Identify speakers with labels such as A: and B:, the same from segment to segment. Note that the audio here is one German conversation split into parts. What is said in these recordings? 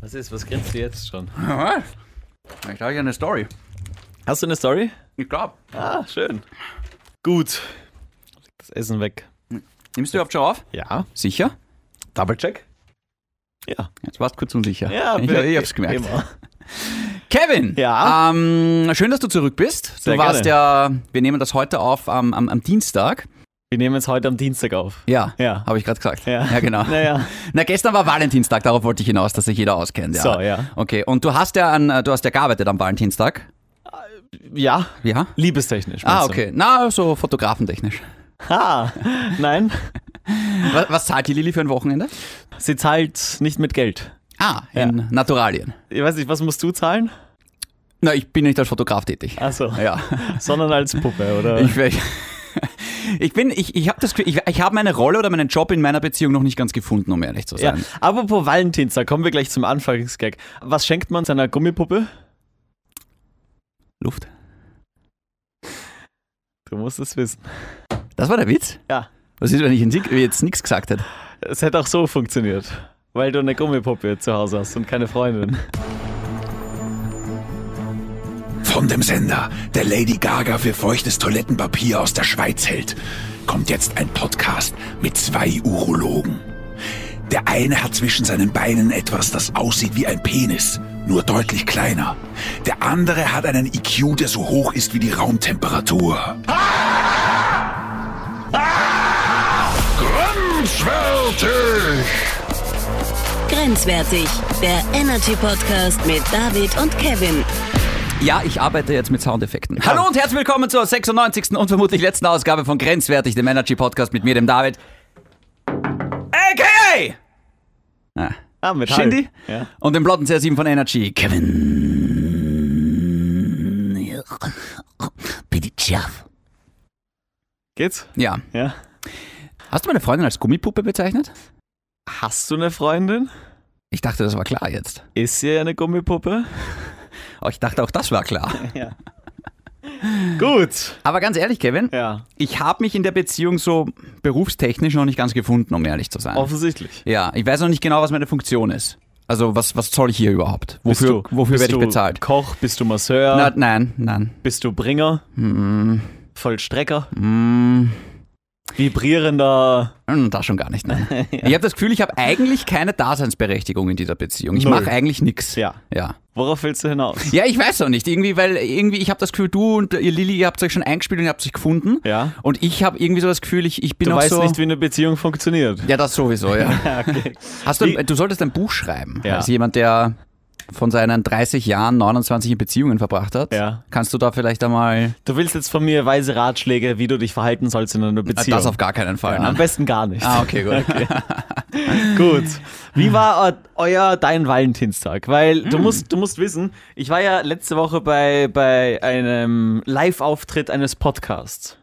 A: Was ist? Was grinst du jetzt schon?
B: Was? Ich habe ja eine Story.
A: Hast du eine Story?
B: Ich glaube.
A: Ah, schön. Gut. Leg das Essen weg.
B: Nimmst du überhaupt schon auf?
A: Ja.
B: Sicher?
A: Double check? Ja.
B: Jetzt warst du kurz unsicher.
A: Ja,
B: ich,
A: wir-
B: ich hab's gemerkt.
A: Immer.
B: Kevin!
A: Ja?
B: Ähm, schön, dass du zurück bist.
A: Sehr
B: du warst ja, wir nehmen das heute auf am- am, am Dienstag.
A: Wir nehmen es heute am Dienstag auf.
B: Ja,
A: Ja.
B: habe ich gerade gesagt.
A: Ja.
B: genau.
A: Naja.
B: Na, gestern war Valentinstag, darauf wollte ich hinaus, dass sich jeder auskennt. Ja.
A: So, ja.
B: Okay, und du hast ja an, äh, du hast ja gearbeitet am Valentinstag.
A: Ja.
B: Ja?
A: Liebestechnisch.
B: Ah,
A: meinst du?
B: okay. Na, so fotografentechnisch.
A: Ha. Nein.
B: Was, was zahlt die Lilly für ein Wochenende?
A: Sie zahlt nicht mit Geld.
B: Ah, in Naturalien.
A: Ich weiß nicht, was musst du zahlen?
B: Na, ich bin nicht als Fotograf tätig.
A: Achso.
B: Ja.
A: Sondern als Puppe, oder?
B: Ich, wär- ich bin, ich, ich habe das, Gefühl, ich, ich habe meine Rolle oder meinen Job in meiner Beziehung noch nicht ganz gefunden, um ehrlich zu
A: ja.
B: sein.
A: Apropos Valentinstag, kommen wir gleich zum Anfangsgag. Was schenkt man seiner Gummipuppe?
B: Luft.
A: Du musst es wissen.
B: Das war der Witz?
A: Ja.
B: Was ist, wenn ich jetzt nichts gesagt hätte?
A: Es hätte auch so funktioniert, weil du eine Gummipuppe zu Hause hast und keine Freundin.
C: Von dem Sender, der Lady Gaga für feuchtes Toilettenpapier aus der Schweiz hält, kommt jetzt ein Podcast mit zwei Urologen. Der eine hat zwischen seinen Beinen etwas, das aussieht wie ein Penis, nur deutlich kleiner. Der andere hat einen IQ, der so hoch ist wie die Raumtemperatur. Grenzwertig!
D: Grenzwertig, der Energy Podcast mit David und Kevin.
B: Ja, ich arbeite jetzt mit Soundeffekten. Hallo und herzlich willkommen zur 96. und vermutlich letzten Ausgabe von Grenzwertig, dem Energy Podcast mit mir, dem David. AKA! Ah,
A: Ah, mit
B: Shindy?
A: Ja.
B: Und dem blotten CR7 von Energy, Kevin.
D: Bitte Jeff.
A: Geht's?
B: Ja.
A: Ja.
B: Hast du meine Freundin als Gummipuppe bezeichnet?
A: Hast du eine Freundin?
B: Ich dachte, das war klar jetzt.
A: Ist sie eine Gummipuppe?
B: Aber Oh, ich dachte, auch das war klar.
A: Ja. Gut.
B: Aber ganz ehrlich, Kevin,
A: Ja,
B: ich habe mich in der Beziehung so berufstechnisch noch nicht ganz gefunden, um ehrlich zu sein.
A: offensichtlich.
B: Ja, ich weiß noch nicht genau, was meine Funktion ist. Also, was, was soll ich hier überhaupt?
A: Bist du,
B: Wofür, wofür
A: bist
B: werde ich
A: du
B: bezahlt?
A: Koch, bist du Masseur,
B: Na, nein, nein.
A: bist du Bringer, Hm. Vollstrecker, Hm. vibrierender.
B: Hm, Das schon gar nicht. Nein. Ich habe das Gefühl, ich habe eigentlich keine Daseinsberechtigung in dieser Beziehung. Ich
A: Null.
B: mache eigentlich nichts.
A: Ja.
B: ja.
A: Worauf willst du hinaus?
B: Ja, ich weiß auch nicht. Irgendwie, weil irgendwie, ich habe das Gefühl, du und ihr Lilly, ihr habt euch schon eingespielt und ihr habt euch gefunden.
A: Ja.
B: Und ich habe irgendwie so das Gefühl, ich, ich bin
A: Du
B: auch
A: weißt
B: so.
A: nicht, wie eine Beziehung funktioniert.
B: ja, das sowieso, ja.
A: Ja, okay.
B: Hast du,
A: Wie-
B: du solltest ein Buch schreiben.
A: Ja.
B: Als jemand, der von seinen 30 Jahren 29 in Beziehungen verbracht hat.
A: Ja.
B: Kannst du da vielleicht einmal. Ah,
A: Du willst jetzt von mir weise Ratschläge, wie du dich verhalten sollst in einer Beziehung.
B: Das auf gar keinen Fall.
A: Am
B: ne?
A: besten gar nicht.
B: Ah, okay, gut.
A: Gut. Wie war eu- euer dein Valentinstag? Weil du musst, du musst wissen, ich war ja letzte Woche bei, bei einem Live-Auftritt eines Podcasts.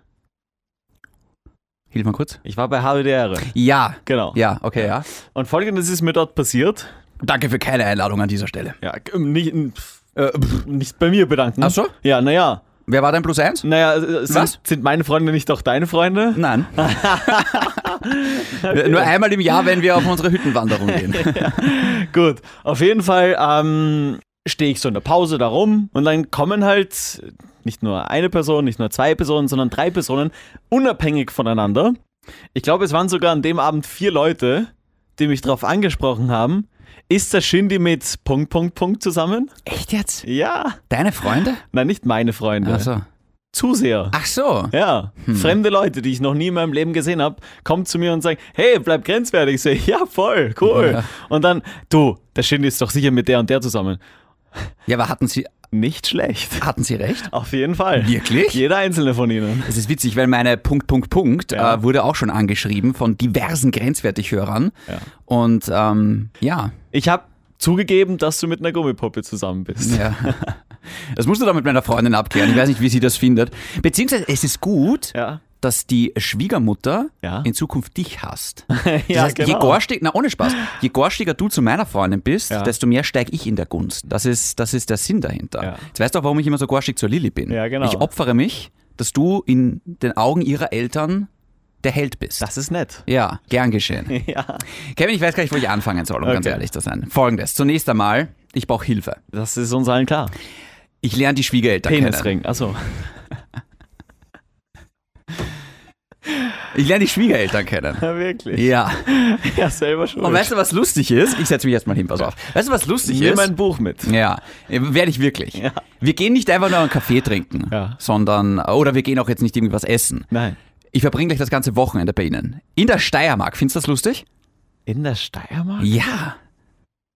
B: Hilf mal kurz.
A: Ich war bei HWDR.
B: Ja.
A: Genau.
B: Ja, okay, ja.
A: Und folgendes ist mir dort passiert.
B: Danke für keine Einladung an dieser Stelle.
A: Ja, g- nicht, äh, pf, nicht bei mir bedanken.
B: Ach so?
A: Ja, naja.
B: Wer war dein Plus 1?
A: Naja, äh, sind,
B: Was?
A: sind meine Freunde nicht auch deine Freunde?
B: Nein. Nur einmal im Jahr, wenn wir auf unsere Hüttenwanderung gehen.
A: Gut, auf jeden Fall ähm, stehe ich so in der Pause da rum und dann kommen halt nicht nur eine Person, nicht nur zwei Personen, sondern drei Personen, unabhängig voneinander. Ich glaube, es waren sogar an dem Abend vier Leute, die mich darauf angesprochen haben. Ist der Shindy mit Punkt, Punkt, Punkt zusammen?
B: Echt jetzt?
A: Ja.
B: Deine Freunde?
A: Nein, nicht meine Freunde.
B: Ach so.
A: Zuseher.
B: Ach so.
A: Ja, fremde Leute, die ich noch nie in meinem Leben gesehen habe, kommen zu mir und sagen, hey, bleib grenzwertig. Ich sage, ja, voll, cool.
B: Ja.
A: Und dann, du, der Shindy ist doch sicher mit der und der zusammen.
B: Ja, aber hatten sie,
A: Nicht schlecht.
B: hatten sie recht?
A: Auf jeden Fall.
B: Wirklich?
A: Jeder einzelne von ihnen.
B: Es ist witzig, weil meine Punkt, Punkt, Punkt
A: Ja.
B: äh, wurde auch schon angeschrieben von diversen Grenzwertig-Hörern.
A: Ja.
B: Und ähm, ja,
A: Ich habe zugegeben, dass du mit einer Gummipuppe zusammen bist.
B: ja. Das musst du doch mit meiner Freundin abklären. Ich weiß nicht, wie sie das findet. Beziehungsweise es ist gut,
A: Ja.
B: dass die Schwiegermutter
A: Ja.
B: in Zukunft dich hasst.
A: Ja, genau.
B: Das heißt, je, gorstig, na, ohne Spaß, je gorstiger du zu meiner Freundin bist,
A: Ja.
B: desto mehr steige ich in der Gunst. Das ist, das ist der Sinn dahinter.
A: Ja.
B: Jetzt weißt du auch, warum ich immer so gorstig zur Lilly bin.
A: Ja, genau.
B: Ich opfere mich, dass du in den Augen ihrer Eltern der Held bist.
A: Das ist nett.
B: ja, gern geschehen.
A: Ja.
B: Kevin, ich weiß gar nicht, wo ich anfangen soll, um ganz
A: Okay.
B: ehrlich zu sein. Folgendes. Zunächst einmal, ich brauche Hilfe.
A: Das ist uns allen klar.
B: Ich lerne die Schwiegereltern kennen.
A: Penisring, achso.
B: Ich lerne die Schwiegereltern kennen.
A: Ja, wirklich.
B: Ja.
A: Ja, selber schon.
B: Und weißt du, was lustig ist? Ich setze mich erstmal hin, pass auf. Weißt du, was lustig
A: Nimm
B: ist?
A: ein Buch mit.
B: Ja, werde ich wirklich.
A: Ja.
B: Wir gehen nicht einfach nur einen Kaffee trinken,
A: Ja.
B: sondern, oder wir gehen auch jetzt nicht irgendwas essen.
A: Nein.
B: Ich verbringe gleich das ganze Wochenende bei Ihnen. In der Steiermark. Findest du das lustig?
A: In der Steiermark?
B: Ja.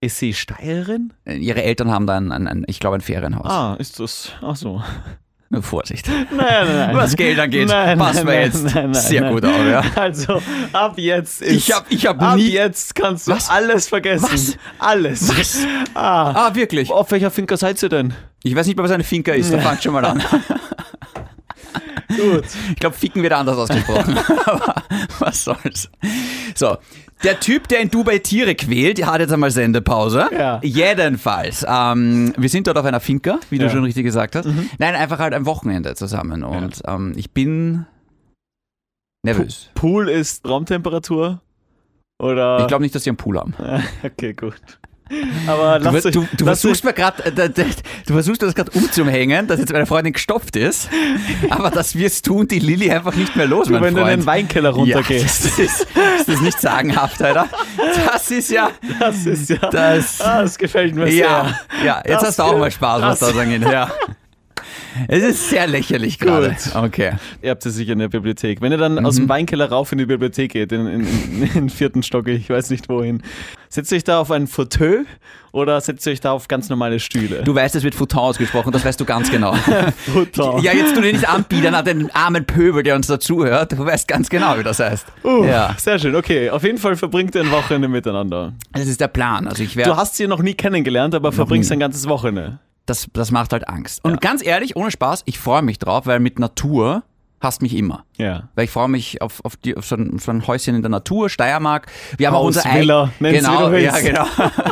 A: Ist sie Steirerin?
B: Äh, Ihre Eltern haben da, ein, ein, ein, ich glaube, ein Ferienhaus.
A: Ah, ist das. Ach so.
B: Nur Vorsicht.
A: Nein, nein, nein.
B: Was Geld angeht, passen wir jetzt sehr gut auf. Ja.
A: Also, ab jetzt ist.
B: Ich hab- ich hab
A: ab
B: nie-
A: jetzt kannst du
B: Was?
A: alles vergessen.
B: Was?
A: Alles.
B: Was?
A: Ah.
B: Ah, wirklich?
A: Auf welcher Finca seid ihr denn?
B: Ich weiß nicht mehr, was eine Finca ist. Da fang schon mal an.
A: Gut.
B: Ich glaube, Ficken wird anders ausgesprochen. Aber was soll's. So, der Typ, der in Dubai Tiere quält, hat jetzt einmal Sendepause.
A: Ja.
B: Jedenfalls. Ähm, wir sind dort auf einer Finca, wie du
A: Ja. Mhm.
B: schon richtig gesagt hast. Nein, einfach halt am Wochenende zusammen. Und ähm, ich bin nervös.
A: Pool ist Raumtemperatur? Oder.
B: Ich glaube nicht, dass die einen Pool haben.
A: Okay, gut. Aber
B: Du,
A: lass dich-
B: du, du,
A: lass dich-
B: versuchst mir grad, äh, d- d- du versuchst mir das gerade umzuhängen, dass jetzt meine Freundin gestopft ist. Aber das wirst du und die Lilly einfach nicht mehr los,
A: Du,
B: mein
A: wenn du
B: Freund.
A: in den Weinkeller runtergehst.
B: Ja, das ist, das ist nicht sagenhaft, Alter. Das ist ja.
A: Das ist ja.
B: Das-
A: ah, das gefällt mir
B: Ja,
A: sehr.
B: ja jetzt
A: Das-
B: hast du auch mal Spaß, was
A: das-
B: das angeht. Ja. Es ist sehr lächerlich gerade.
A: Gut.
B: Okay.
A: Ihr habt es sicher in der Bibliothek. Wenn ihr dann aus
B: Mhm.
A: dem Weinkeller rauf in die Bibliothek geht, in, in, in, in den vierten Stock, ich weiß nicht wohin, setzt ihr euch da auf einen Fauteuil oder setzt ihr euch da auf ganz normale Stühle?
B: Du weißt, es wird Futon ausgesprochen, das weißt du ganz genau.
A: Futter.
B: Ja, jetzt tu dir nicht anbiedern an den armen Pöbel, der uns dazuhört. Du weißt ganz genau, wie das heißt.
A: Uh,
B: Ja.
A: Sehr schön, okay. Auf jeden Fall verbringt ihr ein Wochenende miteinander.
B: Das ist der Plan. Also ich werde.
A: Du hast sie noch nie kennengelernt, aber verbringst ein ganzes Wochenende.
B: das, das macht halt Angst. Und ganz ehrlich, ohne Spaß, ich freue mich drauf, weil mit Natur hasst mich immer.
A: Ja.
B: Weil ich freue mich auf, auf, die, auf so, ein, so ein Häuschen in der Natur, Steiermark. Wir haben auch
A: Haus,
B: unser eig-
A: Villa, nenn's,
B: genau,
A: wie du
B: ja,
A: willst.
B: genau.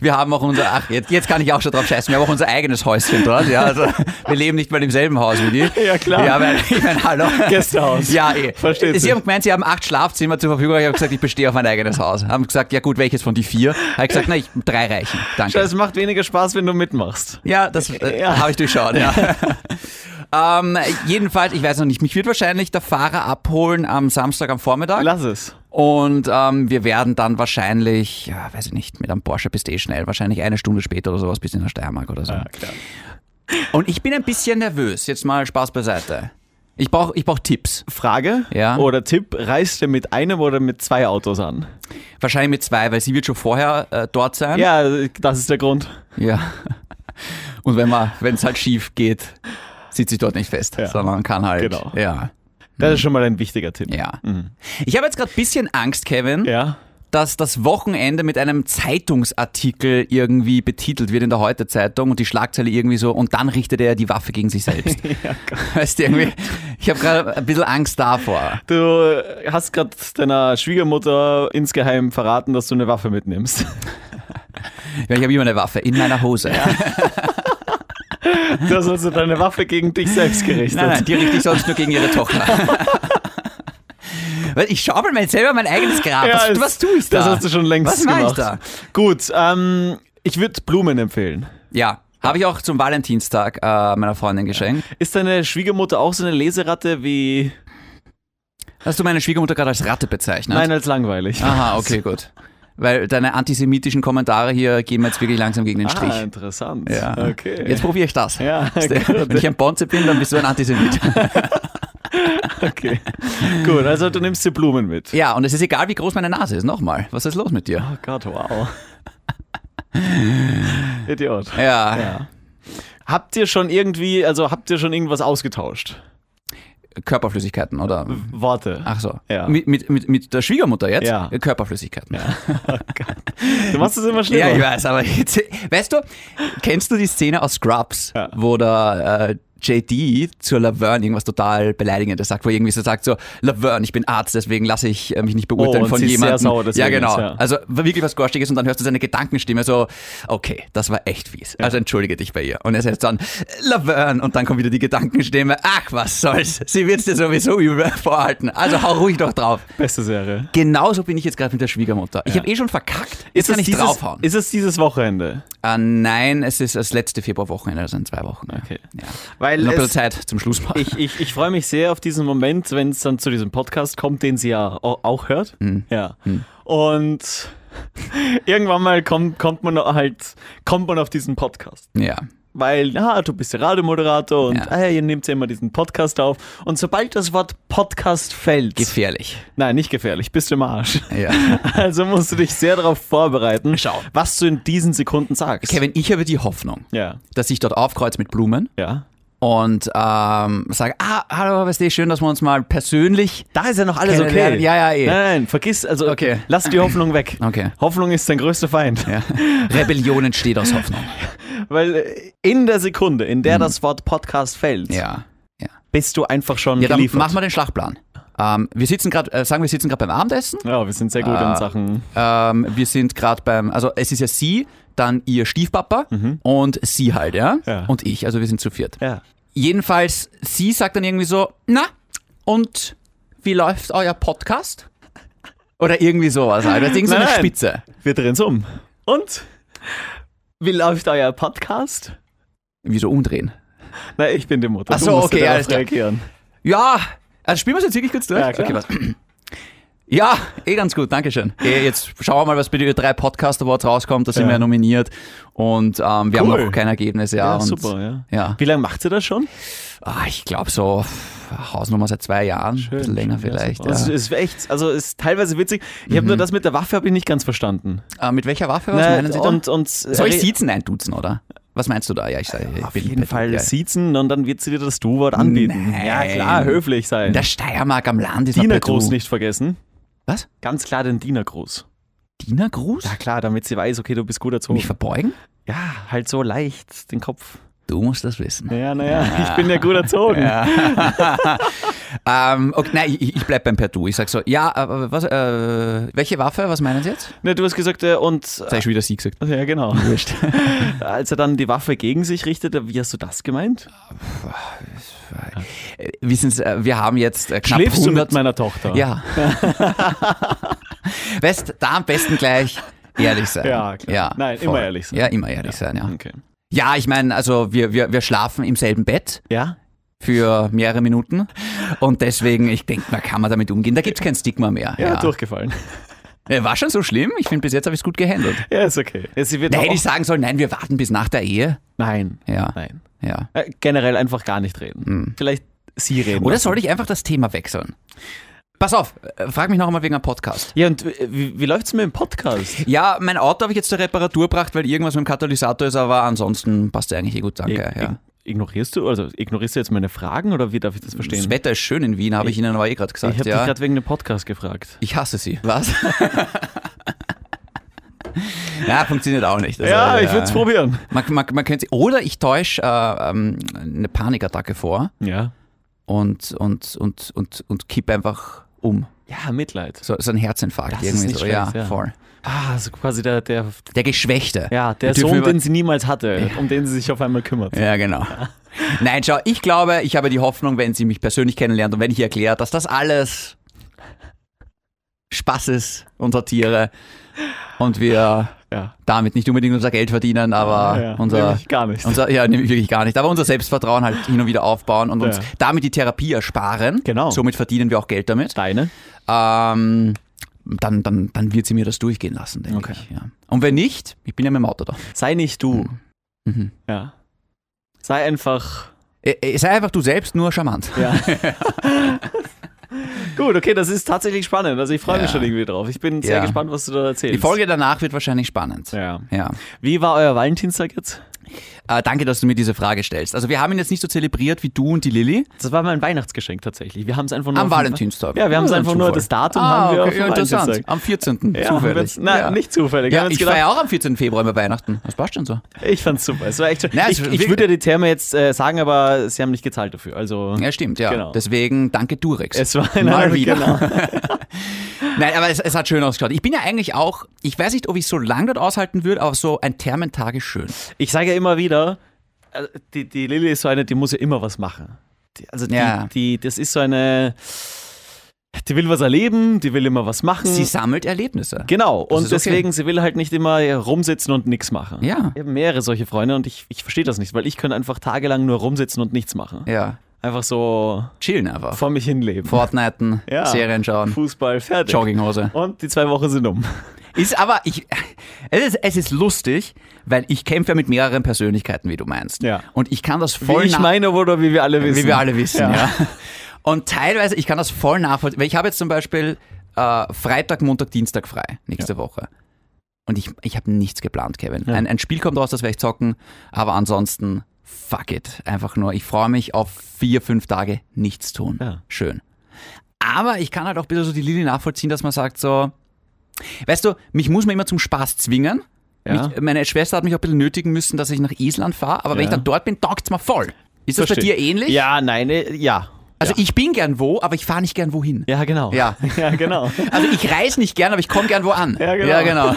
B: Wir haben auch unser, ach, jetzt, jetzt kann ich auch schon drauf scheißen, wir haben auch unser eigenes Häuschen dort. Ja, also, wir leben nicht mal im selben Haus wie die.
A: Ja, klar.
B: Ja, weil, ich meine, hallo.
A: Gästehaus.
B: Ja, eh.
A: Versteht
B: Sie
A: sich.
B: haben gemeint, sie haben acht Schlafzimmer zur Verfügung. Ich habe gesagt, ich bestehe auf mein eigenes Haus. Haben gesagt, ja gut, welches von die vier? Habe ich gesagt, na, ich, drei reichen. Danke.
A: Scheiße, es macht weniger Spaß, wenn du mitmachst.
B: Ja, das äh,
A: Ja.
B: habe ich durchschaut, ja. ähm, jedenfalls, ich weiß noch nicht, mich wird wahrscheinlich der Fahrer abholen am Samstag am Vormittag
A: Lass es.
B: und ähm, wir werden dann wahrscheinlich, ja, weiß ich nicht, mit einem Porsche bist eh schnell, wahrscheinlich eine Stunde später oder sowas bis in der Steiermark oder so.
A: klar.
B: Und ich bin ein bisschen nervös, jetzt mal Spaß beiseite. Ich brauche ich brauch Tipps.
A: Frage
B: Ja.
A: oder Tipp, reist ihr mit einem oder mit zwei Autos an?
B: Wahrscheinlich mit zwei, weil sie wird schon vorher äh, dort sein.
A: Ja, das ist der Grund.
B: Ja. Und wenn man, wenn es halt schief geht, sitzt sie dort nicht fest,
A: Ja.
B: sondern kann halt.
A: Genau.
B: Ja.
A: Das ist schon mal ein wichtiger Tipp.
B: Mhm. Ja. Ich habe jetzt gerade ein bisschen Angst, Kevin,
A: Mhm. Ja.
B: dass das Wochenende mit einem Zeitungsartikel irgendwie betitelt wird in der Heute-Zeitung und die Schlagzeile irgendwie so, und dann richtete er die Waffe gegen sich selbst. weißt du, irgendwie, ich habe gerade ein bisschen Angst davor.
A: Du hast gerade deiner Schwiegermutter insgeheim verraten, dass du eine Waffe mitnimmst.
B: Ich, mein, ich habe immer eine Waffe in meiner Hose.
A: Du hast also deine Waffe gegen dich selbst gerichtet.
B: Nein, nein, die richte ich sonst nur gegen ihre Tochter. Weil Ich schaufel mir jetzt selber mein eigenes Grab.
A: Ja,
B: was,
A: es-
B: was tue ich da?
A: Das hast du schon längst
B: was
A: gemacht.
B: Was mache ich da?
A: Gut, ähm, ich würde Blumen empfehlen.
B: Ja, habe ich auch zum Valentinstag äh, meiner Freundin geschenkt.
A: Ist deine Schwiegermutter auch so eine Leseratte wie...
B: Hast du meine Schwiegermutter gerade als Ratte bezeichnet?
A: Nein, als langweilig.
B: Aha, okay, gut. Weil deine antisemitischen Kommentare hier gehen mir jetzt wirklich langsam gegen den Strich.
A: Ah, interessant.
B: ja.
A: Okay.
B: Jetzt probiere ich das.
A: Ja,
B: Wenn ich ein Bonze bin, dann bist du ein Antisemit.
A: okay. Gut, also du nimmst die Blumen mit.
B: Ja, und es ist egal, wie groß meine Nase ist. Nochmal, was ist los mit dir?
A: Oh Gott, wow. Idiot.
B: Ja,
A: Habt ihr schon irgendwie, also habt ihr schon irgendwas ausgetauscht?
B: Körperflüssigkeiten, oder?
A: Worte.
B: Ach so.
A: Ja.
B: Mit, mit, mit, mit der Schwiegermutter jetzt?
A: Ja.
B: Körperflüssigkeiten. Ja,
A: Du machst es immer schlimmer.
B: ich weiß, aber jetzt, weißt du, kennst du die Szene aus Scrubs,
A: Ja.
B: wo der äh, JD zur Laverne irgendwas total Beleidigendes sagt, wo er irgendwie so sagt, so, Laverne, ich bin Arzt, deswegen lasse ich äh, mich nicht beurteilen
A: und
B: von
A: sie ist sehr
B: jemandem.
A: sauer deswegen
B: ja, genau.
A: jetzt, ja.
B: Also wirklich was Gorstiges und dann hörst du seine Gedankenstimme so, okay, das war echt fies. Also entschuldige dich bei ihr. Und er sagt dann, Laverne, und dann kommt wieder die Gedankenstimme, ach, was soll's, sie wird's dir sowieso übel vorhalten. Also hau ruhig doch drauf.
A: Beste Serie.
B: Genauso bin ich jetzt gerade mit der Schwiegermutter. Ich habe eh schon verkackt. Jetzt kann
A: es
B: ich
A: dieses,
B: draufhauen.
A: Ist es dieses Wochenende?
B: Ah, nein, es ist das letzte Februarwochenende, also in zwei Wochen.
A: Okay.
B: Ja.
A: Weil
B: Noch ein bisschen
A: es,
B: Zeit zum Schluss machen.
A: ich, ich, ich freue mich sehr auf diesen Moment, wenn es dann zu diesem Podcast kommt, den sie ja au- auch hört.
B: Hm.
A: Ja. Und irgendwann mal kommt, kommt man halt, kommt man auf diesen Podcast.
B: ja.
A: weil ah, du bist der Radiomoderator und
B: Ja.
A: ah, ihr nehmt ja immer diesen Podcast auf. Und sobald das Wort Podcast fällt,
B: Gefährlich.
A: nein, nicht gefährlich, bist du im Arsch.
B: Ja.
A: Also musst du dich sehr darauf vorbereiten,
B: Schau.
A: was du in diesen Sekunden sagst.
B: Kevin, ich habe die Hoffnung,
A: Ja,
B: dass ich dort aufkreuze mit Blumen
A: ja.
B: und ähm, sage, ah, hallo, weißt du, schön, dass wir uns mal persönlich.
A: Da ist ja noch alles
B: Kennenlernen.
A: okay.
B: Ja, ja, eh.
A: Nein, nein, vergiss, also
B: Okay.
A: lass die Hoffnung weg.
B: Okay.
A: Hoffnung ist dein größter Feind.
B: Ja. Rebellion entsteht aus Hoffnung.
A: Weil äh, in der Sekunde, in der das Wort Podcast fällt,
B: Mhm. Ja. Ja,
A: bist du einfach schon
B: ja dann
A: geliefert.
B: machen wir den Schlachtplan. Ähm, wir sitzen gerade, äh, sagen wir sitzen gerade beim Abendessen.
A: ja, wir sind sehr gut
B: Ah.
A: in Sachen.
B: Ähm, wir sind gerade beim, also es ist ja sie, dann ihr Stiefpapa und sie halt, ja?
A: Ja.
B: Und ich, also wir sind zu viert.
A: Ja.
B: Jedenfalls, sie sagt dann irgendwie so, na, und wie läuft euer Podcast? Oder irgendwie sowas, halt. Das ist irgendeine
A: Nein.
B: Spitze.
A: Wir drehen es um. Und? Wie läuft euer Podcast?
B: Wieso umdrehen?
A: Na, ich bin die Mutter.
B: Ach
A: Du
B: so,
A: musst
B: okay,
A: darauf
B: alles klar.
A: reagieren.
B: Ja, also spielen wir es jetzt wirklich kurz durch?
A: Ja, klar.
B: Okay, was? Ja, eh ganz gut, Dankeschön. Eh, jetzt schauen wir mal, was bei den drei Podcast Awards rauskommt. Da sind
A: Ja.
B: wir ja nominiert und ähm, wir haben
A: Cool.
B: noch kein Ergebnis. Ja,
A: Ja,
B: und,
A: super, ja.
B: Ja.
A: Wie lange macht ihr das schon?
B: Ah, ich glaube so pff, Hausnummer seit zwei Jahren, ein bisschen länger vielleicht.
A: Also, Es
B: Ja.
A: ist echt, also es ist teilweise witzig. Ich habe nur das mit der Waffe habe ich nicht ganz verstanden.
B: Äh, mit welcher Waffe? Was
A: Na,
B: meinen Sie da?
A: und, und
B: Soll ich siezen, nein, duzen, oder? Was meinst du da? Ja, ich sage, ich
A: Auf
B: bin
A: jeden
B: bei-
A: Fall
B: ja.
A: siezen und dann wird sie dir das Du-Wort anbieten.
B: Nein.
A: Ja, klar, höflich
B: In
A: sein.
B: der Steiermark am Land ist man per
A: Dienergruß
B: Du.
A: nicht vergessen.
B: Was?
A: Ganz klar den Dienergruß.
B: Dienergruß?
A: Ja, klar, damit sie weiß, okay, du bist gut
B: Mich
A: erzogen.
B: verbeugen?
A: Ja, halt so leicht den Kopf.
B: Du musst das wissen.
A: Ja, naja, ich bin ja gut erzogen.
B: Ähm, okay, nein, ich, ich bleib beim per Du. Ich sag so, ja, aber was, äh, welche Waffe? Was meinen Sie jetzt?
A: Ne, du hast gesagt, äh, und.
B: Sei ich schon wieder Sie gesagt.
A: Ja, genau.
B: Wurscht.
A: Als er dann die Waffe gegen sich richtete, wie hast du das gemeint?
B: Äh, Wissen Sie, äh, wir haben jetzt äh, knapp
A: Schläfst du
B: 100
A: mit meiner Tochter?
B: Ja. weißt, da am besten gleich ehrlich sein.
A: Ja, klar. Nein, immer ehrlich sein. Mhm.
B: Ja, immer ehrlich sein, ja.
A: Okay.
B: Ja, ich meine, also wir, wir, wir schlafen im selben Bett
A: Ja?
B: für mehrere Minuten und deswegen, ich denke, da kann man damit umgehen. Da gibt's kein Stigma mehr.
A: Ja, durchgefallen.
B: Äh, War schon so schlimm. Ich finde, bis jetzt habe ich's gut gehandelt.
A: Ja, ist okay. Ja, Sie wird
B: Da hätte
A: auch-
B: ich sagen sollen, nein, wir warten bis nach der Ehe.
A: nein.
B: Ja.
A: Nein.
B: Ja.
A: Äh, generell einfach gar nicht reden. Vielleicht sie reden.
B: Hm. Oder
A: lassen.
B: soll ich einfach das Thema wechseln? Pass auf, äh, frag mich noch einmal wegen einem Podcast.
A: Ja, und äh, wie, wie läuft's mit dem Podcast?
B: Ja, mein Auto habe ich jetzt zur Reparatur gebracht, weil irgendwas mit dem Katalysator ist, aber ansonsten passt er eigentlich eh gut, danke.
A: Ig-
B: Ja.
A: Ignorierst du, also ignorierst du jetzt meine Fragen oder wie darf ich das verstehen?
B: Das Wetter ist schön in Wien, habe ich Ihnen aber eh gerade
A: ich
B: gesagt.
A: habe dich
B: ja.
A: gerade wegen dem Podcast gefragt.
B: ich hasse Sie. Was? ja, funktioniert auch nicht. Also,
A: ja, ich würde es probieren.
B: Man, man, man könnte, oder ich täusche äh, ähm, eine Panikattacke vor
A: Ja.
B: und, und, und, und, und kippe einfach um.
A: Ja, Mitleid.
B: So, so ein Herzinfarkt
A: Das ist
B: irgendwie
A: nicht
B: so. Ja,
A: schlecht, ja.
B: voll.
A: Ah, so quasi der, der,
B: Der Geschwächte.
A: ja, der
B: Wir dürfen
A: Sohn,
B: über-
A: den sie niemals hatte, um den sie sich auf einmal kümmert.
B: Ja, genau. Nein, schau, ich glaube, ich habe die Hoffnung, wenn sie mich persönlich kennenlernt und wenn ich ihr erkläre, dass das alles Spaß ist und Satire und wir
A: Ja.
B: damit nicht unbedingt unser Geld verdienen, aber
A: ja,
B: Ah, unser,
A: nämlich gar nicht.
B: unser ja, nämlich wirklich gar nicht, aber unser Selbstvertrauen halt hin und wieder aufbauen und uns
A: Ja.
B: damit die Therapie ersparen.
A: Genau.
B: Somit verdienen wir auch Geld damit.
A: Deine?
B: Ähm, dann, dann, dann wird sie mir das durchgehen lassen, denke
A: Okay.
B: ich. Ja. Und wenn nicht, ich bin ja mit dem Auto da.
A: Sei nicht du.
B: Mhm.
A: Ja. Sei einfach.
B: Äh, äh, Sei einfach du selbst nur charmant.
A: Ja. Gut, okay, das ist tatsächlich spannend. Also ich freue mich
B: Ja.
A: schon irgendwie drauf. Ich bin sehr
B: Ja.
A: gespannt, was du da erzählst.
B: Die Folge danach wird wahrscheinlich spannend.
A: Ja.
B: Ja.
A: Wie war euer Valentinstag jetzt?
B: Äh, danke, dass du mir diese Frage stellst. Also wir haben ihn jetzt nicht so zelebriert wie du und die Lilly.
A: Das war mein Weihnachtsgeschenk tatsächlich. Wir haben es einfach nur.
B: Am
A: auf den-
B: Valentinstag.
A: Ja, wir haben es
B: Ja,
A: einfach
B: ein
A: nur
B: Zufall.
A: das Datum
B: ah,
A: haben wir
B: okay,
A: auf
B: ja,
A: den
B: interessant.
A: Valentinstag.
B: Am 14.
A: Ja,
B: zufällig.
A: wird's- nein, nicht zufällig. Wir
B: Ja,
A: haben uns
B: ich
A: gedacht-
B: feiere auch am 14. Februar immer Weihnachten. Das passt schon so.
A: Ich fand's super. Es war echt schön.
B: Na, es
A: ich
B: war
A: ich
B: wirklich-
A: würde ja die Therme jetzt äh, sagen, aber sie haben nicht gezahlt dafür. Also
B: Ja, stimmt, ja.
A: Genau.
B: Deswegen danke Durex.
A: es war genau. ein
B: Mal wieder. Nein, aber es, es hat schön ausgeschaut. Ich bin ja eigentlich auch, ich weiß nicht, ob ich so lang dort aushalten würde, aber so ein Thermentag ist schön.
A: Ich sage ja immer wieder, äh, die, die Lilly ist so eine, die muss ja immer was machen. Die, also die,
B: Ja.
A: die, das ist so eine, die will was erleben, die will immer was machen.
B: Sie sammelt Erlebnisse.
A: genau,
B: Das
A: und
B: ist okay.
A: deswegen, sie will halt nicht immer rumsitzen und nichts machen.
B: Ja.
A: Ich habe mehrere solche Freunde und ich, ich verstehe das nicht, weil ich könnte einfach tagelang nur rumsitzen und nichts machen.
B: Ja.
A: Einfach so
B: Chillen einfach.
A: vor mich hinleben.
B: Fortniten,
A: Ja.
B: Serien schauen,
A: Fußball, fertig.
B: Jogginghose.
A: Und die zwei Wochen sind um.
B: Ist aber, ich, es, ist, es ist lustig, weil ich kämpfe ja mit mehreren Persönlichkeiten, wie du meinst.
A: Ja.
B: Und ich kann das
A: Wie
B: voll
A: ich
B: nach-
A: meine oder wie wir alle wissen.
B: Wie wir alle wissen,
A: Ja.
B: ja. Und teilweise, ich kann das voll nachvollziehen, weil ich habe jetzt zum Beispiel äh, Freitag, Montag, Dienstag frei, nächste Woche. Und ich, ich habe nichts geplant, Kevin. Ein, ein Spiel kommt raus, das werde ich zocken, aber ansonsten, fuck it. Einfach nur, ich freue mich auf vier, fünf Tage nichts tun.
A: Ja.
B: Schön. Aber ich kann halt auch ein bisschen so die Linie nachvollziehen, dass man sagt so, weißt du, mich muss man immer zum Spaß zwingen.
A: Ja.
B: Mich, meine Schwester hat mich auch ein bisschen nötigen müssen, dass ich nach Island fahre, aber wenn
A: Ja.
B: ich dann dort bin, taugt es mir voll. Ist das
A: Verstehe.
B: bei dir ähnlich?
A: Ja, nein, äh, ja.
B: Also ich bin gern wo, aber ich fahre nicht gern wohin.
A: Ja, genau.
B: Ja.
A: ja genau.
B: Also ich reise nicht gern, aber ich komme gern wo an.
A: Ja, genau.
B: Ja, genau.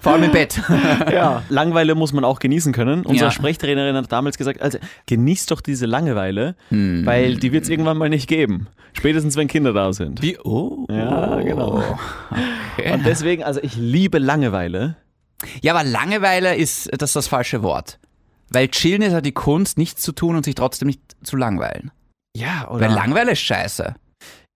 B: Vor allem im Bett.
A: Ja. Langeweile muss man auch genießen können. Unsere
B: Ja.
A: Sprechtrainerin hat damals gesagt, also genießt doch diese Langeweile,
B: Hm.
A: weil die wird es irgendwann mal nicht geben. Spätestens, wenn Kinder da sind.
B: Wie? Oh.
A: Ja, genau. Und deswegen, also ich liebe Langeweile.
B: Ja, aber Langeweile ist das, ist das falsche Wort. Weil chillen ist ja die Kunst, nichts zu tun und sich trotzdem nicht zu langweilen.
A: Ja, oder?
B: Weil Langeweile ist scheiße.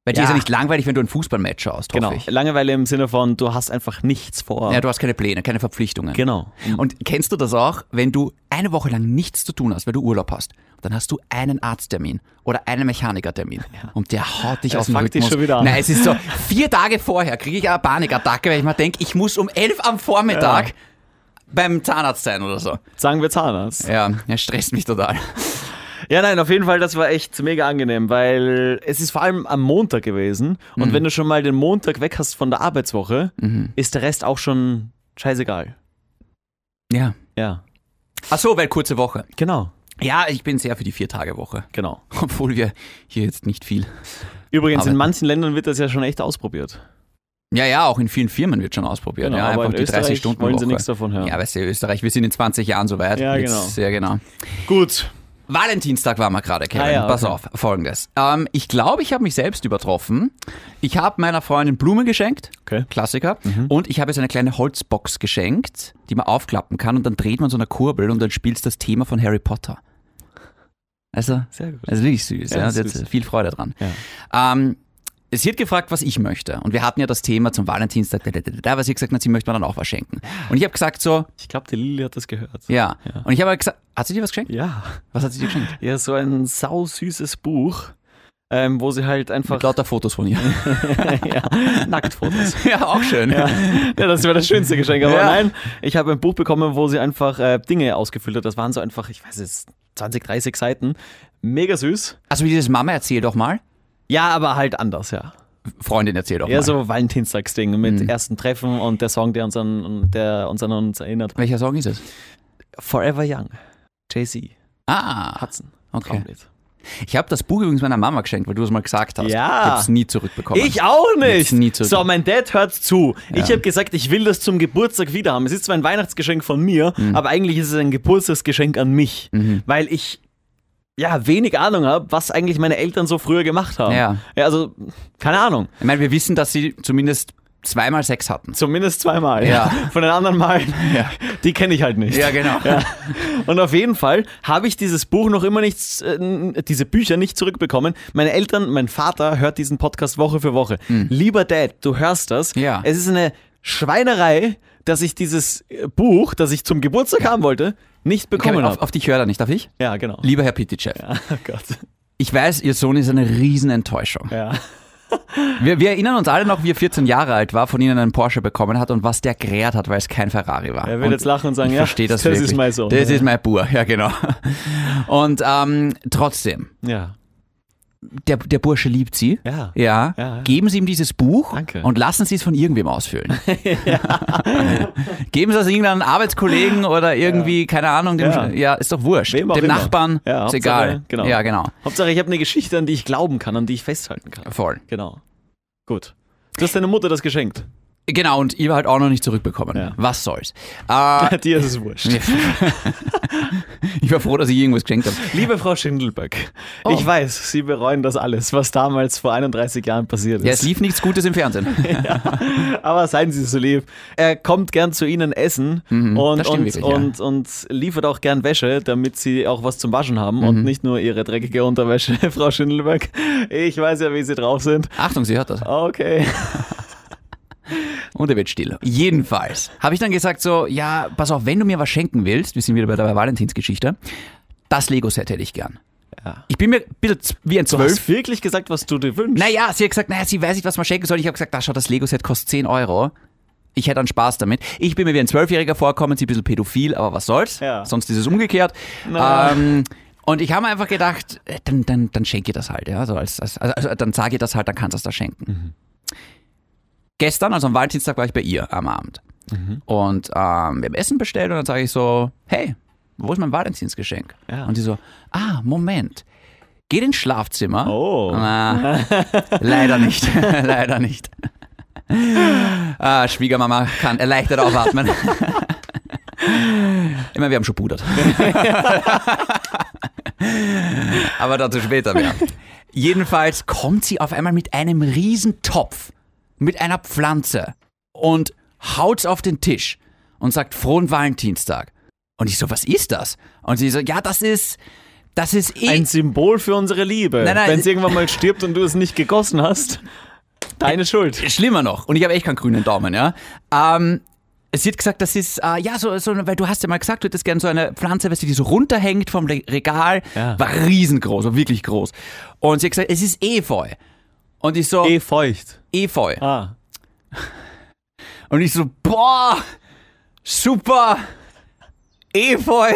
B: Weil dir
A: Ja.
B: ist ja nicht langweilig, wenn du ein Fußballmatch schaust,
A: genau.
B: hoffe ich.
A: Langeweile im Sinne von, du hast einfach nichts vor.
B: Ja, du hast keine Pläne, keine Verpflichtungen.
A: genau.
B: Und kennst du das auch, wenn du eine Woche lang nichts zu tun hast, weil du Urlaub hast? Dann hast du einen Arzttermin oder einen Mechanikertermin und der haut dich
A: Das
B: aus dem
A: fuckt dich
B: Rhythmus.
A: schon wieder an.
B: Nein, es ist so, vier Tage vorher kriege ich eine Panikattacke, weil ich mir denke, ich muss um elf am Vormittag beim Zahnarzt sein oder so.
A: Sagen wir Zahnarzt.
B: Ja, er stresst mich total.
A: Ja, nein, auf jeden Fall, das war echt mega angenehm, weil es ist vor allem am Montag gewesen. Und wenn du schon mal den Montag weg hast von der Arbeitswoche, ist der Rest auch schon scheißegal.
B: Ja.
A: Ja,
B: Ach so, weil kurze Woche.
A: genau,
B: Ja, ich bin sehr für die Vier-Tage-Woche,
A: genau.
B: obwohl wir hier jetzt nicht viel.
A: Übrigens, in
B: Arbeiten.
A: manchen Ländern wird das ja schon echt ausprobiert.
B: Ja, ja, auch in vielen Firmen wird schon ausprobiert.
A: Genau,
B: ja,
A: aber
B: einfach
A: in
B: die
A: Österreich
B: 30 Stunden
A: wollen sie
B: Woche.
A: nichts davon hören.
B: Ja, weißt du, Österreich, wir sind in 20 Jahren so weit.
A: Ja,
B: Jetzt, ja, genau.
A: Gut.
B: Valentinstag waren wir gerade, Kevin.
A: Ah ja,
B: Pass
A: okay.
B: auf, folgendes. Ähm, ich glaube, ich habe mich selbst übertroffen. Ich habe meiner Freundin Blumen geschenkt.
A: Okay.
B: Klassiker.
A: Mhm.
B: Und ich habe jetzt eine kleine Holzbox geschenkt, die man aufklappen kann und dann dreht man so eine Kurbel und dann spielst du das Thema von Harry Potter. Also,
A: Sehr gut.
B: also wirklich süß.
A: Ja,
B: Ja,
A: ist
B: sie hat
A: süß.
B: viel Freude dran. Ähm, sie hat gefragt, was ich möchte. Und wir hatten ja das Thema zum Valentinstag, da, da, da, da, was sie gesagt hat, sie möchte mir dann auch was schenken. Und ich habe gesagt so,
A: Ich glaube, die Lilly hat das gehört.
B: ja. Und ich habe halt gesagt, hat sie dir was geschenkt?
A: Ja,
B: Was hat sie dir geschenkt?
A: ja so ein sausüßes Buch, ähm, wo sie halt einfach
B: Mit lauter Fotos von ihr.
A: ja, Nacktfotos.
B: ja, auch schön.
A: Ja, ja, das wäre das schönste Geschenk. Aber
B: Ja.
A: nein, ich habe ein Buch bekommen, wo sie einfach äh, Dinge ausgefüllt hat. Das waren so einfach, ich weiß es, 20, 30 Seiten. Mega süß.
B: Also wie dieses Mama erzähl doch mal.
A: Ja, aber halt anders, ja.
B: Freundin erzähl doch
A: Eher
B: mal.
A: so Valentinstagsding mit
B: Mhm.
A: ersten Treffen und der Song, der uns an, der uns, an uns erinnert.
B: Welcher Song ist es?
A: Forever Young. Jay-Z.
B: Ah,
A: Hudson.
B: Okay.
A: Traumlied.
B: ich habe das Buch übrigens meiner Mama geschenkt, weil du es mal gesagt hast.
A: Ja.
B: Ich habe es nie zurückbekommen.
A: Ich auch nicht.
B: Jetzt nie zurück.
A: so, mein Dad hört zu. Ich habe gesagt, ich will das zum Geburtstag wieder haben. Es ist zwar ein Weihnachtsgeschenk von mir,
B: Mhm.
A: aber eigentlich ist es ein Geburtstagsgeschenk an mich, weil ich ja wenig Ahnung habe, was eigentlich meine Eltern so früher gemacht haben.
B: Ja.
A: also keine Ahnung.
B: Ich meine, wir wissen, dass sie zumindest zweimal Sex hatten.
A: Zumindest zweimal.
B: Ja.
A: Von den anderen Malen, die kenne ich halt nicht.
B: genau.
A: Und auf jeden Fall habe ich dieses Buch noch immer nicht, äh, diese Bücher nicht zurückbekommen. Meine Eltern, mein Vater hört diesen Podcast Woche für Woche. Lieber Dad, du hörst das.
B: Hm. Ja.
A: Es ist eine Schweinerei, dass ich dieses äh, Buch, das ich zum Geburtstag haben wollte, nicht
B: Kevin,
A: bekommen
B: auf,
A: habe.
B: auf dich höre da nicht, darf ich?
A: Ja, genau.
B: Lieber Herr Pitychev,
A: Oh Gott.
B: ich weiß, Ihr Sohn ist eine Riesenenttäuschung.
A: Ja.
B: Wir, wir erinnern uns alle noch, wie er 14 Jahre alt war, von ihnen einen Porsche bekommen hat und was der gerät hat, weil es kein Ferrari war.
A: Er wird
B: und
A: jetzt lachen und sagen,
B: ich
A: ja,
B: verstehe das,
A: das
B: wirklich.
A: ist mein Sohn.
B: Das
A: Ja.
B: ist mein Bur, ja genau. Und ähm, trotzdem,
A: Ja.
B: der, der Bursche liebt sie.
A: Ja.
B: Ja.
A: Ja, ja.
B: Geben Sie ihm dieses Buch
A: Danke.
B: und lassen Sie es von irgendwem ausfüllen. Geben Sie es irgendeinem Arbeitskollegen oder irgendwie, keine Ahnung, dem,
A: Ja.
B: ja. ist doch wurscht.
A: Wem auch
B: dem
A: immer.
B: Nachbarn,
A: Ja,
B: ist
A: Hauptsache,
B: egal.
A: Genau.
B: Ja, genau.
A: Hauptsache, ich habe eine Geschichte, an die ich glauben kann, an die ich festhalten kann.
B: Voll.
A: Genau. Gut. Du hast deiner Mutter das geschenkt.
B: Genau, und ihr halt auch noch nicht zurückbekommen.
A: Ja.
B: Was soll's. Äh,
A: Ah, Dir ist es wurscht.
B: ich war froh, dass ich irgendwas geschenkt habe.
A: Liebe Frau Schindelböck,
B: Oh.
A: ich weiß, Sie bereuen das alles, was damals vor 31 Jahren passiert
B: Ja, es
A: ist.
B: lief nichts Gutes im Fernsehen.
A: Aber seien Sie so lieb. Er kommt gern zu Ihnen essen und,
B: Mhm, das stimmt
A: und,
B: wirklich, ja.
A: und, und liefert auch gern Wäsche, damit Sie auch was zum Waschen haben
B: Mhm.
A: und nicht nur Ihre dreckige Unterwäsche, Frau Schindelböck. Ich weiß ja, wie Sie drauf sind.
B: Achtung, sie hört das.
A: Okay.
B: Und er wird still. Jedenfalls habe ich dann gesagt so, ja, pass auf, wenn du mir was schenken willst, wir sind wieder bei der Valentinsgeschichte, das Lego-Set hätte ich gern. Ich bin mir ein bisschen z- wie ein
A: Du hast
B: Zwölf.
A: wirklich gesagt, was du dir wünschst.
B: Naja, sie hat gesagt, naja, sie weiß nicht, was man schenken soll. Ich habe gesagt, da schau, das Lego-Set kostet 10 Euro. Ich hätte einen Spaß damit. Ich bin mir wie ein Zwölfjähriger vorkommen, sie ein bisschen pädophil, aber was soll's?
A: Ja.
B: Sonst ist es umgekehrt.
A: Na.
B: Ähm, und ich habe mir einfach gedacht, äh, dann, dann, dann schenke ich das halt. Ja? Also als, als, also dann sage ich das halt, dann kannst du das da schenken
A: Mhm.
B: gestern, also am Valentinstag, war ich bei ihr am Abend.
A: Mhm.
B: Und ähm, wir haben Essen bestellt und dann sage ich so, hey, wo ist mein Valentinsgeschenk?
A: Ja.
B: Und sie so, ah, Moment. Geht ins Schlafzimmer.
A: Oh.
B: Na, leider nicht. leider nicht. ah, Schwiegermama kann erleichtert aufatmen. Immer, wir haben schon pudert. Aber dazu später mehr. Jedenfalls kommt sie auf einmal mit einem riesen Topf, mit einer Pflanze und haut's auf den Tisch und sagt frohen Valentinstag. Und ich so, was ist das? Und sie so, ja, das ist, das ist eh
A: Ein Symbol für unsere Liebe.
B: Nein, nein.
A: Wenn sie irgendwann mal stirbt und du es nicht gegossen hast, deine Schuld.
B: Schlimmer noch. Und ich habe echt keinen grünen Daumen, ja. Ähm, sie hat gesagt, das ist, äh, ja, so, so, weil du hast ja mal gesagt, du hättest gerne so eine Pflanze, weißt du, die so runterhängt vom Le- Regal.
A: Ja.
B: War riesengroß, war wirklich groß. Und sie hat gesagt, es ist Efeu. Und ich so,
A: Eh feucht.
B: Efeu.
A: Ah.
B: Und ich so, boah, super, Efeu.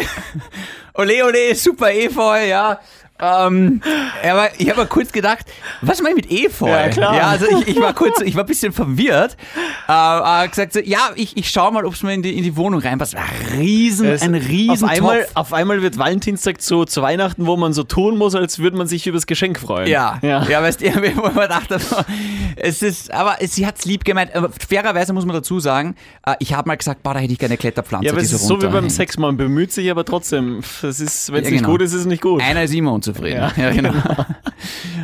B: Ole, ole, super Efeu, ja. Ähm, aber ich habe mal kurz gedacht, was meine ich mit Efeu?
A: Ja, klar.
B: Ja, also ich, ich war kurz, ich war ein bisschen verwirrt. Äh, äh, gesagt so, ja, ich, ich schau mal, ob es mir in die, in die Wohnung reinpasst. Ein Riesen,
A: Es-
B: ein riesen
A: auf einmal,
B: Topf.
A: auf einmal wird Valentinstag zu, zu Weihnachten, wo man so tun muss, als würde man sich über das Geschenk freuen.
B: Ja, ja,
A: ja.
B: weißt du, wo man dachte, es ist, aber es- sie hat es lieb gemeint. Aber fairerweise muss man dazu sagen, äh, ich habe mal gesagt, boah, da hätte ich gerne eine Kletterpflanze.
A: Ja, aber
B: die
A: es
B: so
A: ist so wie beim
B: runterhängt.
A: Sex, man bemüht sich, aber trotzdem, pff, es ist, wenn es
B: Ja,
A: nicht
B: genau.
A: gut ist, ist es nicht gut.
B: Einer ist immer unzufrieden. Ja, genau.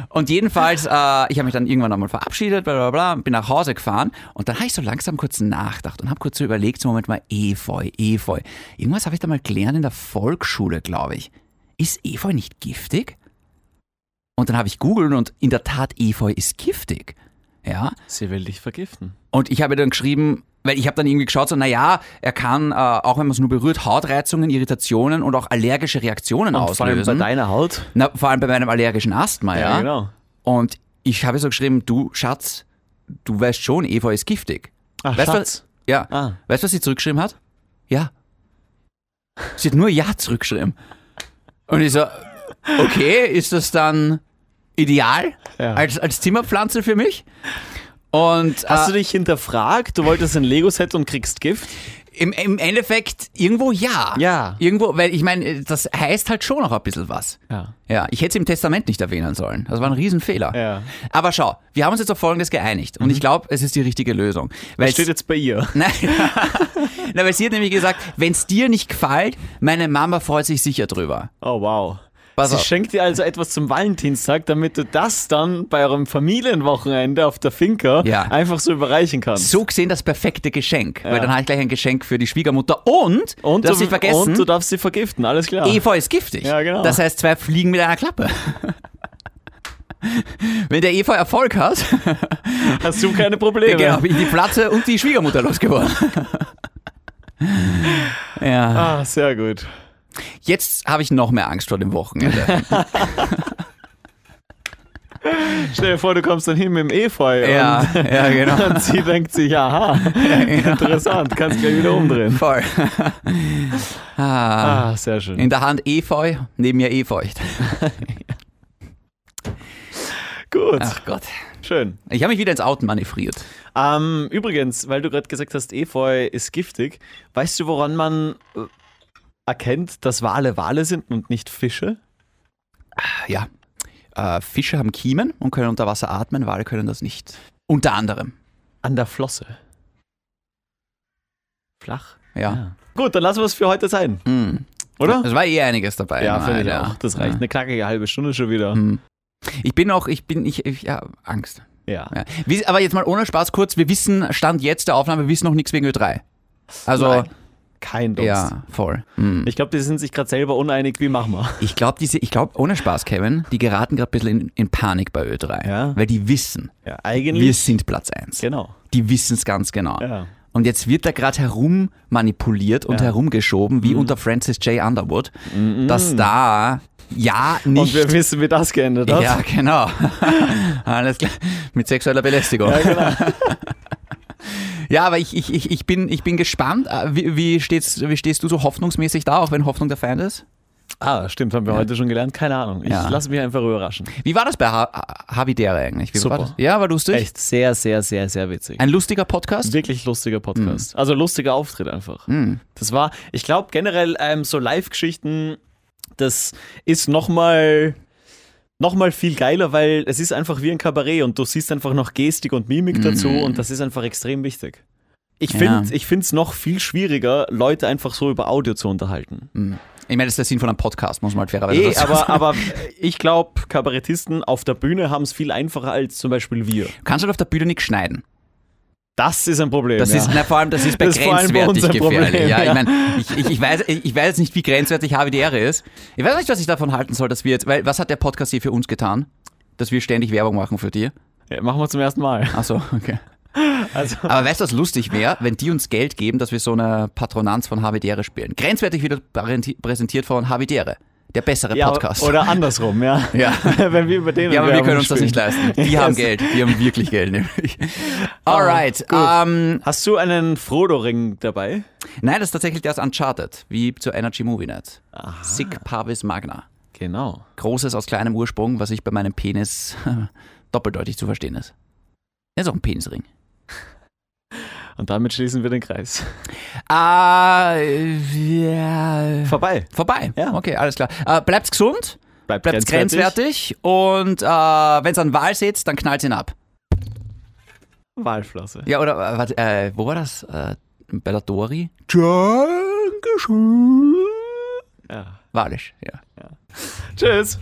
B: Und jedenfalls, äh, ich habe mich dann irgendwann einmal verabschiedet, bla bla bla, bin nach Hause gefahren und dann habe ich so langsam kurz nachgedacht und habe kurz so überlegt, so Moment mal, Efeu, Efeu. Irgendwas habe ich da mal gelernt in der Volksschule, glaube ich. Ist Efeu nicht giftig? Und dann habe ich googelt und in der Tat, Efeu ist giftig. Ja,
A: Sie will dich vergiften.
B: und ich habe dann geschrieben, weil ich habe dann irgendwie geschaut, so, naja, er kann, äh, auch wenn man es nur berührt, Hautreizungen, Irritationen und auch allergische Reaktionen
A: Und vor allem
B: auslösen.
A: bei deiner Haut.
B: Na, vor allem bei meinem allergischen Asthma, ja.
A: genau.
B: Und ich habe so geschrieben, du Schatz, du weißt schon, Efeu ist giftig.
A: Ach,
B: weißt du
A: Schatz.
B: Was, ja.
A: Ah.
B: Weißt du, was sie zurückgeschrieben hat? Ja. Sie hat nur Ja zurückgeschrieben. Und ich so, okay, ist das dann ideal
A: Ja.
B: als, als Zimmerpflanze für mich? Und
A: Hast
B: äh,
A: du dich hinterfragt? Du wolltest ein Lego-Set und kriegst Gift?
B: im, im Endeffekt irgendwo ja.
A: Ja.
B: Irgendwo, weil ich meine, das heißt halt schon noch ein bisschen was.
A: Ja.
B: Ja, ich hätte es im Testament nicht erwähnen sollen. Das war ein Riesenfehler.
A: Ja. Mhm.
B: Aber schau, wir haben uns jetzt auf Folgendes geeinigt. Und ich glaube, es ist die richtige Lösung. Weil
A: Steht jetzt bei ihr.
B: Nein. Na, weil sie hat nämlich gesagt, wenn es dir nicht gefällt, meine Mama freut sich sicher drüber.
A: Oh, wow.
B: Pass
A: Sie
B: auf.
A: schenkt dir also etwas zum Valentinstag, damit du das dann bei eurem Familienwochenende auf der Finca
B: Ja.
A: einfach so überreichen kannst.
B: So gesehen das perfekte Geschenk. Weil dann habe ich gleich ein Geschenk für die Schwiegermutter. Und,
A: und,
B: das
A: du,
B: ich vergessen,
A: und du darfst sie vergiften, alles klar.
B: Efeu ist giftig.
A: Ja, genau.
B: Das heißt, zwei Fliegen mit einer Klappe. Wenn der Efeu Erfolg hat,
A: Hast du keine Probleme.
B: genau, bin ich die Platte und die Schwiegermutter losgeworden. ja.
A: Ah, sehr gut.
B: Jetzt habe ich noch mehr Angst vor dem Wochenende.
A: Stell dir vor, du kommst dann hin mit dem Efeu
B: Ja, ja, genau.
A: und sie denkt sich, aha, interessant, kannst gleich wieder umdrehen.
B: Voll. ah.
A: Ah, sehr schön.
B: In der Hand Efeu, neben mir Efeucht.
A: Gut,
B: Ach Gott.
A: schön.
B: Ich habe mich wieder ins Auto manövriert.
A: Ähm, übrigens, weil du gerade gesagt hast, Efeu ist giftig, weißt du, woran man äh, erkennt, dass Wale Wale sind und nicht Fische?
B: Ja. Äh, Fische haben Kiemen und können unter Wasser atmen, Wale können das nicht. Unter anderem.
A: An der Flosse. Flach. Ah.
B: Ja.
A: Gut, dann lassen wir es für heute sein,
B: Hm.
A: oder?
B: Es war eh einiges dabei.
A: Ja,
B: Nein,
A: finde ich
B: ja.
A: auch. Das reicht.
B: Ja.
A: Eine knackige halbe Stunde schon wieder.
B: Hm. Ich bin auch, ich bin, ich, ich ja, Angst.
A: Ja.
B: Ja. Wie, aber jetzt mal ohne Spaß kurz, wir wissen, Stand jetzt der Aufnahme, wir wissen noch nichts wegen Ö3. Also,
A: Nein, Kein Dunst.
B: ja, voll. Hm.
A: Ich glaube, die sind sich gerade selber uneinig, wie machen wir.
B: Ich glaube, diese, ich glaube, ohne Spaß, Kevin, die geraten gerade ein bisschen in, in Panik bei Ö3.
A: Ja.
B: Weil die wissen,
A: Ja, eigentlich.
B: wir sind Platz 1.
A: genau.
B: Die wissen es ganz genau.
A: Ja.
B: Und jetzt wird da gerade herum manipuliert und
A: Ja. Mhm.
B: herumgeschoben, wie unter Francis J. Underwood, dass da ja
A: Und
B: nicht.
A: wir wissen, wie das geändert hat.
B: ja, genau. Alles klar. Mit sexueller Belästigung. Ja,
A: genau.
B: aber ich, ich, ich, ich, bin, ich bin gespannt. Äh, Wie, wie, stehst, wie stehst du so hoffnungsmäßig da, auch wenn Hoffnung der Feind ist?
A: Ah, stimmt, haben wir heute schon gelernt. Keine Ahnung. Ich
B: Ja.
A: lasse mich einfach überraschen.
B: Wie war das bei ha Ha- Havidere eigentlich? Wie
A: Super.
B: War das? Ja, war lustig.
A: Echt sehr, sehr, sehr, sehr witzig.
B: Ein lustiger Podcast. Mhm.
A: Wirklich lustiger Podcast. Also lustiger Auftritt einfach. Das war, ich glaube generell ähm, so Live-Geschichten, das ist nochmal noch mal viel geiler, weil es ist einfach wie ein Kabarett und du siehst einfach noch Gestik und Mimik dazu und das ist einfach extrem wichtig. Ich
B: Mhm. Ja.
A: finde es noch viel schwieriger, Leute einfach so über Audio zu unterhalten.
B: Ich meine, das ist der Sinn von einem Podcast, muss man halt fairerweise
A: Eh,
B: dazu
A: aber,
B: sagen.
A: aber ich glaube, Kabarettisten auf der Bühne haben es viel einfacher als zum Beispiel wir.
B: Du kannst halt auf der Bühne nichts schneiden.
A: Das ist ein Problem.
B: Das
A: ja.
B: ist, na, vor allem, das ist bei
A: Das ist vor allem bei
B: grenzwertig
A: uns ein
B: gefährlich.
A: Problem,
B: ja,
A: ja.
B: ich meine, ich, ich, ich, weiß, ich weiß jetzt nicht, wie grenzwertig HWDR ist. Ich weiß nicht, was ich davon halten soll, dass wir jetzt, weil was hat der Podcast hier für uns getan? Dass wir ständig Werbung machen für die.
A: Ja, machen wir zum ersten Mal.
B: Achso, okay.
A: Also,
B: Aber weißt du, was lustig wäre, wenn die uns Geld geben, dass wir so eine Patronanz von HWDR spielen? Grenzwertig wieder parenti- präsentiert von HWDR, der bessere
A: ja,
B: Podcast.
A: Oder andersrum, ja.
B: Ja.
A: Wenn wir über den
B: Ja, aber wir
A: Werbung
B: können uns das
A: spielen.
B: nicht leisten. Die haben
A: Yes. Oh,
B: Geld. Die haben wirklich Geld, nämlich. Alright.
A: gut.
B: ähm,
A: Hast du einen Frodo-Ring dabei?
B: nein, das ist tatsächlich das Uncharted, wie zur Energy Movie Night.
A: Ah.
B: Sick Parvis Magna.
A: Genau.
B: Großes aus kleinem Ursprung, was ich bei meinem Penis doppeldeutig zu verstehen ist. Das ist auch ein Penisring.
A: Und damit schließen wir den Kreis.
B: Ah, äh, ja.
A: Vorbei.
B: Vorbei.
A: Ja.
B: Okay, alles klar. Äh, bleibt's gesund,
A: Bleibt,
B: bleibt's grenzwertig, und äh, wenn's an Wahl seht, dann knallt's ihn ab.
A: Wahlflosse.
B: Ja, oder äh, warte, äh, wo war das? Äh, bei der Dori? Dankeschön.
A: Ja.
B: Walisch, ja.
A: Tschüss.